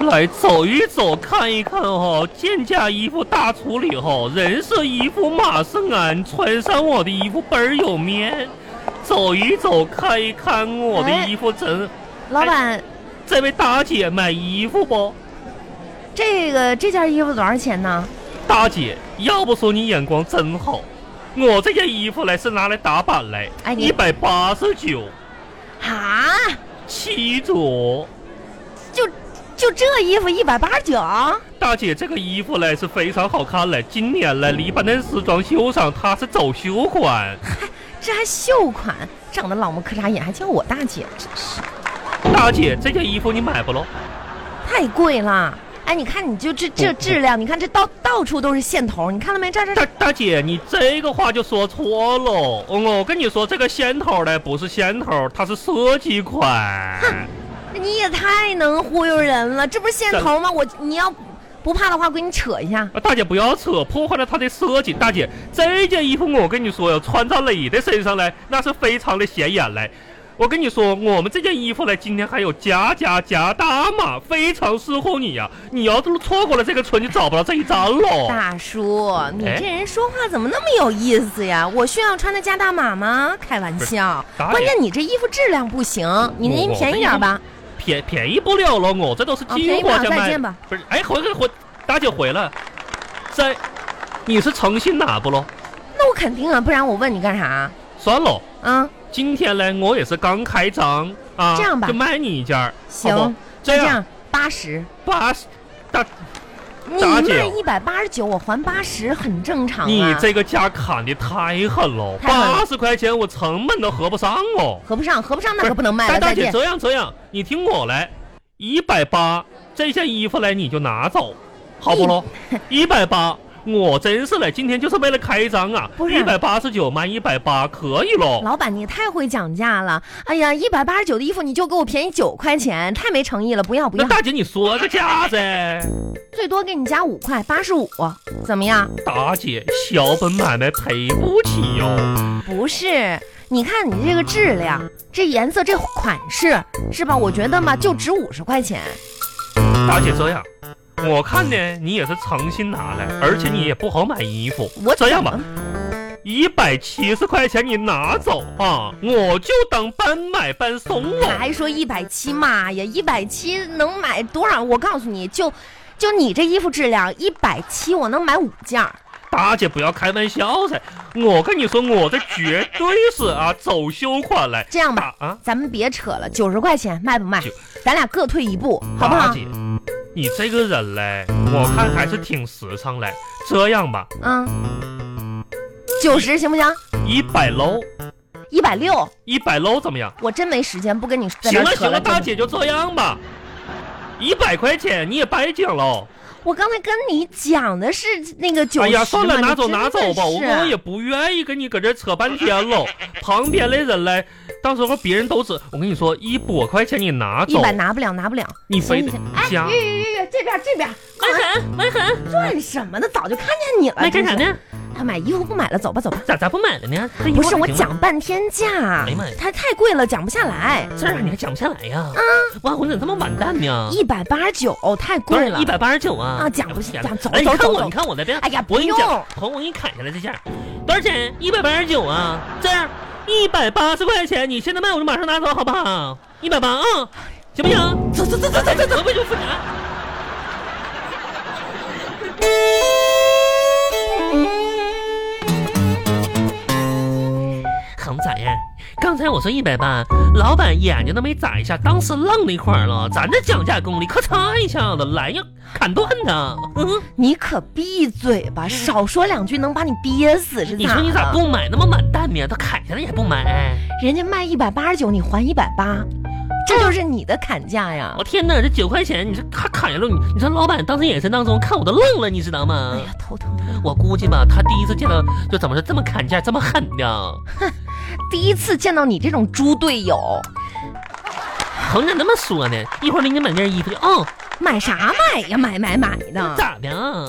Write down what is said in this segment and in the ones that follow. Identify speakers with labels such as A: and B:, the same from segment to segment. A: 来走一走，看一看哈，贱价衣服大处理哈，人是衣服马是鞍，穿上我的衣服倍儿有面。走一走，看一看我的
B: 哎
A: 衣服真。
B: 老板，
A: 这位大姐买衣服不？
B: 这个这件衣服多少钱呢？
A: 大姐，要不说你眼光真好，我这件衣服来是拿来打版来
B: 哎，你
A: 一百八十九，
B: 啊，
A: 七折。
B: 就就这衣服一百八十九，
A: 大姐，这个衣服嘞是非常好看嘞，今年嘞黎巴嫩时装秀上它是走秀款。
B: 这还秀款，长得老模磕碜眼，还叫我大姐，真是
A: 大姐，这件衣服你买不喽？
B: 太贵了。哎，你看你就这这
A: 不不
B: 质量，你看这到到处都是线头，你看到没？这这
A: 大大姐，你这个话就说错喽。我跟你说，这个线头嘞不是线头，它是设计款。
B: 你也太能忽悠人了，这不是线头吗？我你要不怕的话，我给你扯一下。
A: 啊，大姐不要扯，破坏了它的设计。大姐，这件衣服我跟你说呀，穿到你的身上来，那是非常的显眼嘞。我跟你说，我们这件衣服嘞，今天还有加加加大码，非常适合你呀、你要是错过了这个村，就找不到这一张喽。
B: 大叔，你
A: 哦哎
B: 这人说话怎么那么有意思呀？我需要穿的加大码吗？开玩笑，
A: 不是
B: 关键你这衣服质量不行，你那
A: 我
B: 您
A: 我
B: 便宜点吧。
A: 便便宜不了了，我这都是
B: 啊便宜
A: 进
B: 不
A: 货
B: 了
A: 价
B: 再
A: 卖。
B: 见吧
A: 不是，哎，回回回，大姐回来，这你是诚信拿不喽？
B: 那我肯定啊，不然我问你干啥
A: 算喽，
B: 啊？
A: 今天嘞我也是刚开张啊，
B: 这样吧
A: 就卖你一件儿，好不
B: 行，
A: 这
B: 就这
A: 样
B: 样，八十，
A: 八十，大
B: 你
A: 大姐
B: 卖一百八十九，我还八十，很正常啊。
A: 你这个价砍的太狠了，
B: 太狠了
A: 八十块钱我成本都合不上哦。
B: 合不上，合不上那可不能卖
A: 大
B: 了，
A: 大
B: 再
A: 姐
B: 见。
A: 这样这样，你听我来，一百八这件衣服来你就拿走，好不咯？一百八。我真是嘞，今天就是为了开张啊！
B: 不是
A: 一百八十九卖一百八，可以喽。
B: 老板，你也太会讲价了！哎呀，一百八十九的衣服你就给我便宜九块钱，太没诚意了！不要不
A: 那
B: 要，
A: 大姐你说个价噻？
B: 最多给你加五块，八十五，怎么样？
A: 大姐，小本买卖赔不起哟、
B: 不是，你看你这个质量、这颜色、这款式，是吧？我觉得嘛，就值五十块钱。
A: 大姐这样，我看呢你也是诚心拿来，而且你也不好买衣服。
B: 我
A: 这样吧
B: 怎，
A: 一百七十块钱你拿走啊，我就当半买半送了。
B: 还说一百七，妈呀，一百七能买多少？我告诉你就，就你这衣服质量，一百七我能买五件儿。
A: 大姐不要开玩笑噻，我跟你说，我这绝对是啊走秀款来。
B: 这样吧，
A: 大啊，
B: 咱们别扯了，九十块钱卖不卖
A: 九？啊
B: 咱俩各退一步，好不
A: 大
B: 好？
A: 姐，你这个人嘞，我看还是挺实诚嘞。这样吧，
B: 嗯，九十行不行？
A: 一百喽，
B: 一百六，
A: 一百喽怎么样？
B: 我真没时间，不跟你在这
A: 行
B: 儿
A: 了
B: 扯
A: 行了，
B: 真的
A: 大姐就这样吧，一百块钱你也白讲喽。
B: 我刚才跟你讲的是那个九十
A: 哎呀，算了，拿走拿走
B: 啊
A: 吧，我我也
B: 也
A: 不愿意跟你搁这扯半天喽。旁边的人嘞，到时候别人都知，我跟你说，一百块钱你拿
B: 啊一
A: 走，
B: 百哎拿不了，拿不了。
A: 你非
B: 行
A: 得
B: 行，
A: 加。
B: 月月月，这边这边，
C: 文恒，文恒，
B: 转什么呢？早就看见你了。
C: 卖干啥
B: 真是？
C: 呢？
B: 他买衣服不买了，走吧走吧。
C: 咋咋不买了呢？
A: 哎
C: 这一
B: 不
C: 会儿
B: 是我
C: 行吗，
B: 讲半天价
C: 哎呀妈呀，
B: 它太贵了，讲不下来。
C: 这儿你还讲不下来呀？啊，网红怎么这么完蛋
A: 啊
C: 呢？
B: 一百八十九太贵了
C: 一。百八十九啊！
B: 啊讲不
C: 哎
B: 下
C: 呀
B: 讲走
C: 哎，你
B: 走
C: 看
B: 走
C: 我，
B: 走
C: 你看我的，别，
B: 哎呀
C: 我跟你
B: 不用
C: 讲，头我给你砍下来这下，多少钱？一百八十九啊！这样一百八十块钱，你现在卖我就马上拿走，好不好？一百八啊，行不行？
B: 走走走走走走走。
C: 我为什么不拿？恒咋样？刚才我说一百八，老板眼睛都没眨一下，当时愣那块儿了。咱这讲价功力，咔嚓一下子来呀，砍断的。嗯，
B: 你可闭嘴吧，少说两句能把你憋死是咋的？
C: 你说你咋不买那么满蛋呢？都砍下来也不买。
B: 人家卖一百八十九，你还一百八，这就是你的砍价呀
C: 我、。天哪，这九块钱，你这咔砍下来，你你这老板当时眼神当中看我都愣了，你知道吗
B: 哎？呀，头疼疼。
C: 我估计吧，他第一次见到就怎么说这么砍价这么狠的，
B: 第一次见到你这种猪队友，
C: 横着那么说呢。一会儿领你买件衣服就，哦，
B: 买啥买呀？买买买的，
C: 咋的啊？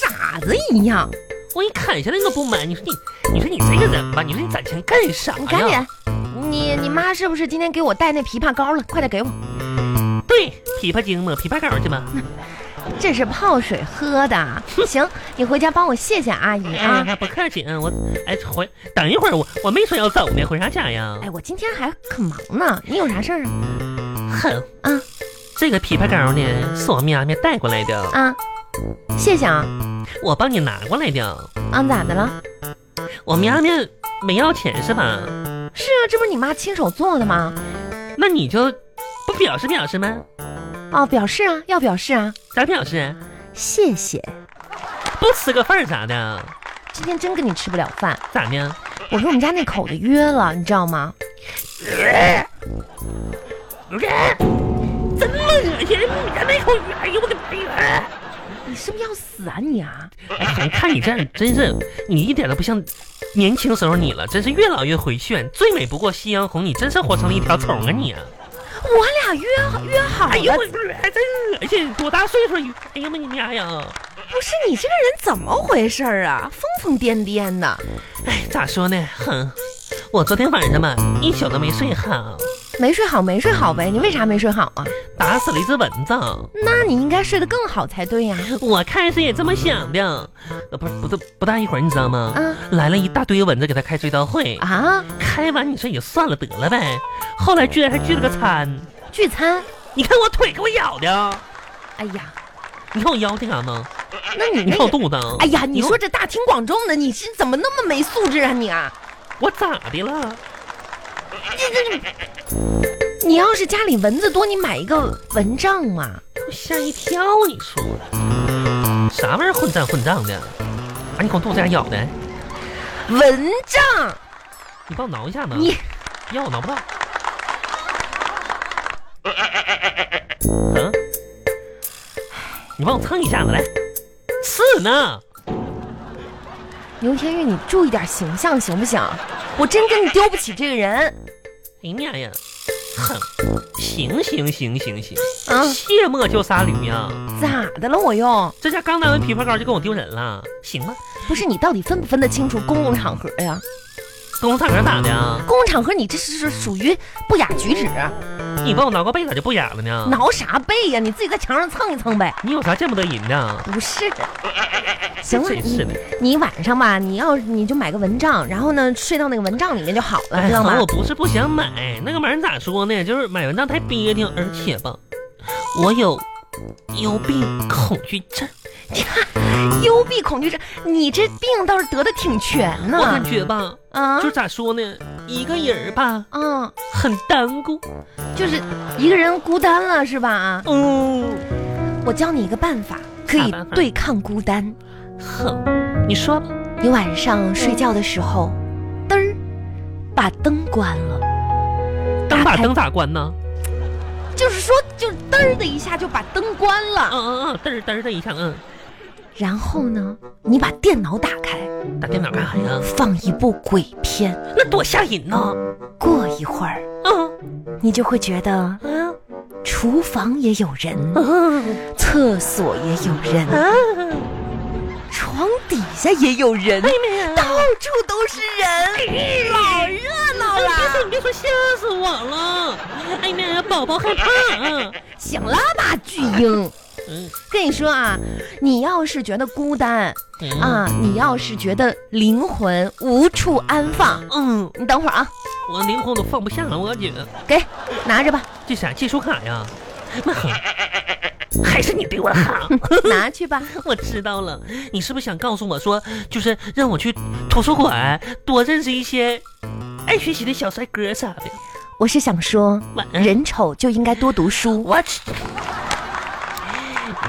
B: 傻子一样。
C: 我一砍下来你都不买，你说你，你说你这个人吧，你说你攒钱干啥呀？
B: 啊你赶紧，你你妈是不是今天给我带那枇杷膏了？快点给我！
C: 不
A: 对，琵琶精嘛，琵琶膏去嘛。
B: 这是泡水喝 的。行，你回家帮我谢谢阿姨啊。
A: 哎，不客气，嗯，我哎回等一会儿，我我没说要走呢，回啥家呀？
B: 哎，我今天还很忙呢，你有啥事儿啊？
A: 哼，
B: 啊
A: 这个枇杷膏呢是我喵喵带过来的，
B: 啊，谢谢啊。
A: 我帮你拿过来的。
B: 啊，咋的了？
A: 我喵喵没要钱是吧？
B: 是啊，这不是你妈亲手做的吗？
A: 那你就不表示表示吗？
B: 哦，表示啊，要表示啊，
A: 咋表示？
B: 谢谢。
A: 不吃个饭儿咋的？
B: 今天真跟你吃不了饭，
A: 咋的？
B: 我跟我们家那口子约了，你知道吗？
A: 真么恶心！哎你家那口鱼，哎呦我的妈呀！
B: 你是不是要死啊你啊？
A: 哎，还看你这样，真是你一点都不像年轻时候你了，真是越老越回旋，最美不过夕阳红，你真是活成了一条虫啊你啊！
B: 我俩约约好了，
A: 哎呦我，哎真恶心，多大岁数？哎呀妈你妈呀！
B: 不是你这个人怎么回事儿啊？疯疯癫癫的，
A: 哎，咋说呢？哼，我昨天晚上吧，一宿都没睡好，
B: 没睡好没睡好呗？你为啥没睡好啊？
A: 打死了一只蚊子。
B: 那你应该睡得更好才对呀、
A: 我开始也这么想的，呃，不是，不大不大一会儿，你知道吗？
B: 嗯
A: 来了一大堆蚊子给他开追悼会，
B: 啊！
A: 开完你说也算了得了呗。后来居然还聚了个餐，
B: 聚餐，
A: 你看我腿给我咬的，
B: 哎呀，
A: 你看我腰这嘎吗？
B: 那你
A: 你
B: 那
A: 看我
B: 个，
A: 肚子，
B: 哎呀，你
A: 看
B: 说这大庭广众的，你是怎么那么没素质啊你啊？
A: 我咋的了？
B: 你要是家里蚊子多，你买一个蚊帐啊嘛。
A: 我吓一跳，你说啥玩意儿混账混账的？啊，你看我肚子上咬的，
B: 蚊帐，
A: 你帮我挠一下呢？
B: 你
A: 要我挠不到。嗯，你帮我蹭一下子来。刺呢？
B: 牛天玉，你注意点形象行不行？我真跟你丢不起这个人
A: 哎呀妈呀！哼，行行行行行，
B: 啊！
A: 卸磨就杀驴呀！
B: 咋的了我又？
A: 这家刚拿完枇杷膏就跟我丢人了，行吗？
B: 不是你到底分不分得清楚公共场合呀？
A: 跟我大哥咋的呀？
B: 公共场合你这是属于不雅举止，啊
A: 你帮我挠个背咋就不雅了呢？
B: 挠啥背呀？你自己在墙上蹭一蹭呗。
A: 你有啥见不得人的？
B: 不 是，行了，
A: 真是的，
B: 你你晚上吧，你要你就买个蚊帐，然后呢睡到那个蚊帐里面就好了，
A: 哎
B: 知道吗
A: 我？不是不想买，那个玩意儿咋说呢？就是买蚊帐太憋挺，而且吧，我有幽闭恐惧症，
B: 幽闭恐惧症，你这病倒是得的挺全
A: 我感
B: 呢。
A: 觉吧，
B: 啊
A: 就是咋说呢，一个人儿吧
B: 嗯，
A: 很单孤，
B: 就是一个人孤单了是吧？啊
A: 嗯，
B: 我教你一个办法，可
A: 啥
B: 以
A: 办法
B: 对抗孤单。
A: 哼，你说吧，
B: 你晚上睡觉的时候，嘚儿把灯关了。
A: 灯
B: 打
A: 把
B: 开
A: 灯咋关呢？
B: 就是说，就嘚儿的一下就把灯关了。
A: 嗯嗯嗯，嘚儿嘚儿的一下，嗯，
B: 然后呢，你把电脑打开，
A: 打电脑干啥呀？
B: 放一部鬼片，
A: 那多吓人呢！
B: 嗯过一会儿
A: 嗯
B: 你就会觉得
A: 嗯
B: 厨房也有人，
A: 嗯
B: 厕所也有人，
A: 嗯，
B: 床底下也有人，
A: 哎呀妈
B: 到
A: 呀！
B: 处都是人，老热闹
A: 哎别说
B: 了。
A: 你别说，吓死我了！哎呀妈呀，宝宝害怕啊！
B: 行了吧，巨婴。
A: 嗯
B: 跟你说啊，你要是觉得孤单
A: 嗯
B: 啊，你要是觉得灵魂无处安放，
A: 嗯，
B: 你等会儿啊，
A: 我灵魂都放不下了，我感觉
B: 给拿 着吧。
A: 这啥技术卡呀？妈， 还是你对我好。
B: 拿去吧。
A: 我知道了，你是不是想告诉我说，就是让我去图书馆多认识一些爱学习的小帅哥啥的？
B: 我是想说，
A: 晚安。
B: 人丑就应该多读书。
A: 我去，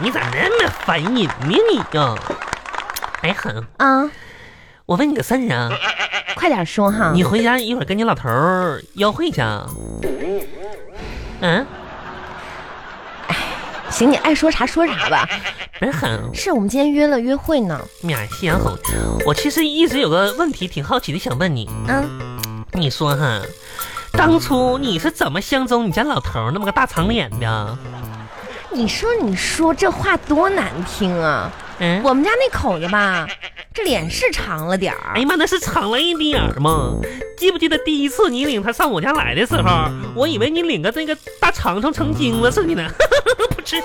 A: 你咋那么烦人呢你呀？哎哼，
B: 啊，
A: 我问你个事儿啊，
B: 快点说哈。
A: 你回家一会儿跟你老头儿约会去啊？嗯，
B: 行，你爱说啥说啥吧。
A: 哎哼，
B: 是我们今天约了约会呢。
A: 呀，夕阳红，我其实一直有个问题挺好奇的，想问你，
B: 嗯，
A: 你说哈，当初你是怎么相中你家老头儿那么个大长脸的？
B: 你说你说这话多难听啊！
A: 嗯，
B: 我们家那口子吧，这脸是长了点儿
A: 哎。呀妈，那是长了一点儿嘛！记不记得第一次你领他上我家来的时候，我以为你领个那个大长虫成精了似的呢， 不吃，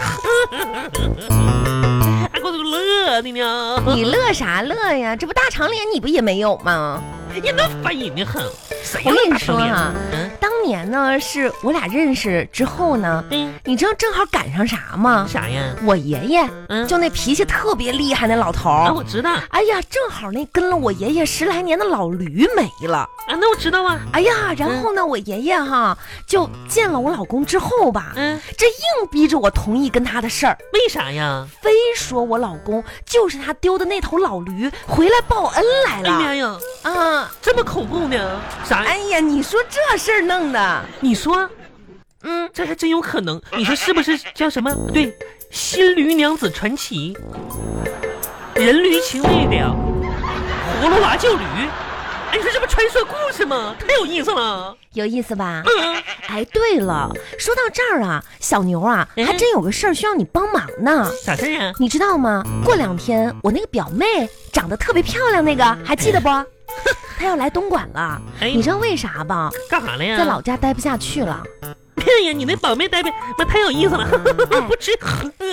A: 还给我乐的呢，
B: 你乐啥乐呀？这不大长脸你不也没有吗？
A: 呀，那烦人的很。谁
B: 我
A: 让
B: 跟
A: 大
B: 你说
A: 长脸
B: 啊？
A: 嗯
B: 当年呢，是我俩认识之后呢，
A: 嗯，
B: 你知道正好赶上啥吗？
A: 啥呀？
B: 我爷爷
A: 嗯，
B: 就那脾气特别厉害那老头
A: 啊，
B: 儿，
A: 我知道啊，
B: 哎呀，正好那跟了我爷爷十来年的老驴没了，
A: 那我知道啊，
B: 哎呀，然后呢，我爷爷哈就见了我老公之后吧，
A: 嗯，
B: 这硬逼着我同意跟他的事儿，
A: 为啥呀？
B: 非说我老公就是他丢的那头老驴回来报恩来
A: 哎呀
B: 了
A: 呀，
B: 啊！
A: 这么恐怖呢？啥？
B: 哎呀，你说这事儿弄的，
A: 你说啊
B: 嗯，
A: 这还真有可能？你说是不是叫什么？对，《新驴娘子传奇》，人驴情未了，葫芦娃救驴。哎，你说这不传说故事吗？太有意思了。
B: 有意思吧？
A: 嗯，
B: 哎，对了，说到这儿啊，小牛啊，
A: 嗯
B: 还真有个事儿需要你帮忙呢。
A: 啥事儿啊？
B: 你知道吗？过两天我那个表妹长得特别漂亮，那个还记得不？ 她要来东莞了，
A: 哎，
B: 你知道为啥吧？
A: 干啥了呀？
B: 在老家待不下去了。
A: 骗呀！你那宝妹呆呗，妈太有意思了，
B: 嗯
A: 不吃。
B: 哎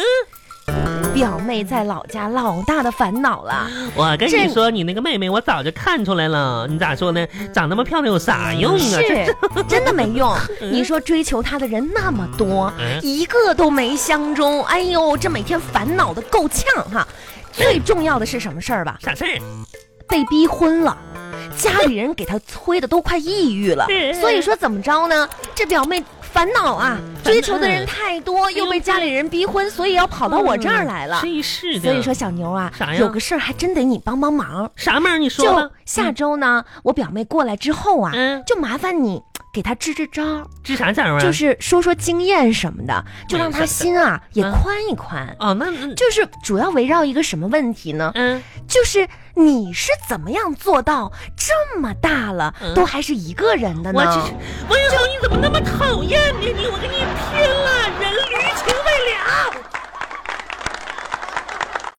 B: 表妹在老家老大的烦恼了，
A: 我跟
B: 这
A: 你说，你那个妹妹我早就看出来了。你咋说呢？长那么漂亮有啥用啊？这
B: 是 嗯真的没用。你说追求她的人那么多，
A: 嗯
B: 一个都没相中，哎呦，这每天烦恼的够呛哈。
A: 嗯
B: 最重要的是什么事儿吧？
A: 啥事儿？
B: 被逼婚了，家里人给她催的都快抑郁了。
A: 嗯
B: 所以说怎么着呢？这表妹烦恼啊，追求的人太
A: 哎
B: 多，又被家里人逼婚，所以要跑到我这儿来了。
A: 真嗯是的。
B: 所以说小牛啊
A: 啥，呀
B: 有个事儿还真得你帮帮忙。
A: 啥门儿？你说
B: 就
A: 吧。
B: 下周呢，我表妹过来之后啊，
A: 嗯，
B: 就麻烦你给她支支招，
A: 支啥招啊？
B: 就是说说经验什么的，就 让她心啊也
A: 哎嗯
B: 宽一宽。
A: 哦，那那
B: 就是主要围绕一个什么问题呢？
A: 嗯，
B: 就是你是怎么样做到这么大了
A: 嗯
B: 都还是一个人的
A: 我这哎
B: 呢？
A: 王永红，你怎么那么讨厌呢？你我跟你拼了，人驴情未了。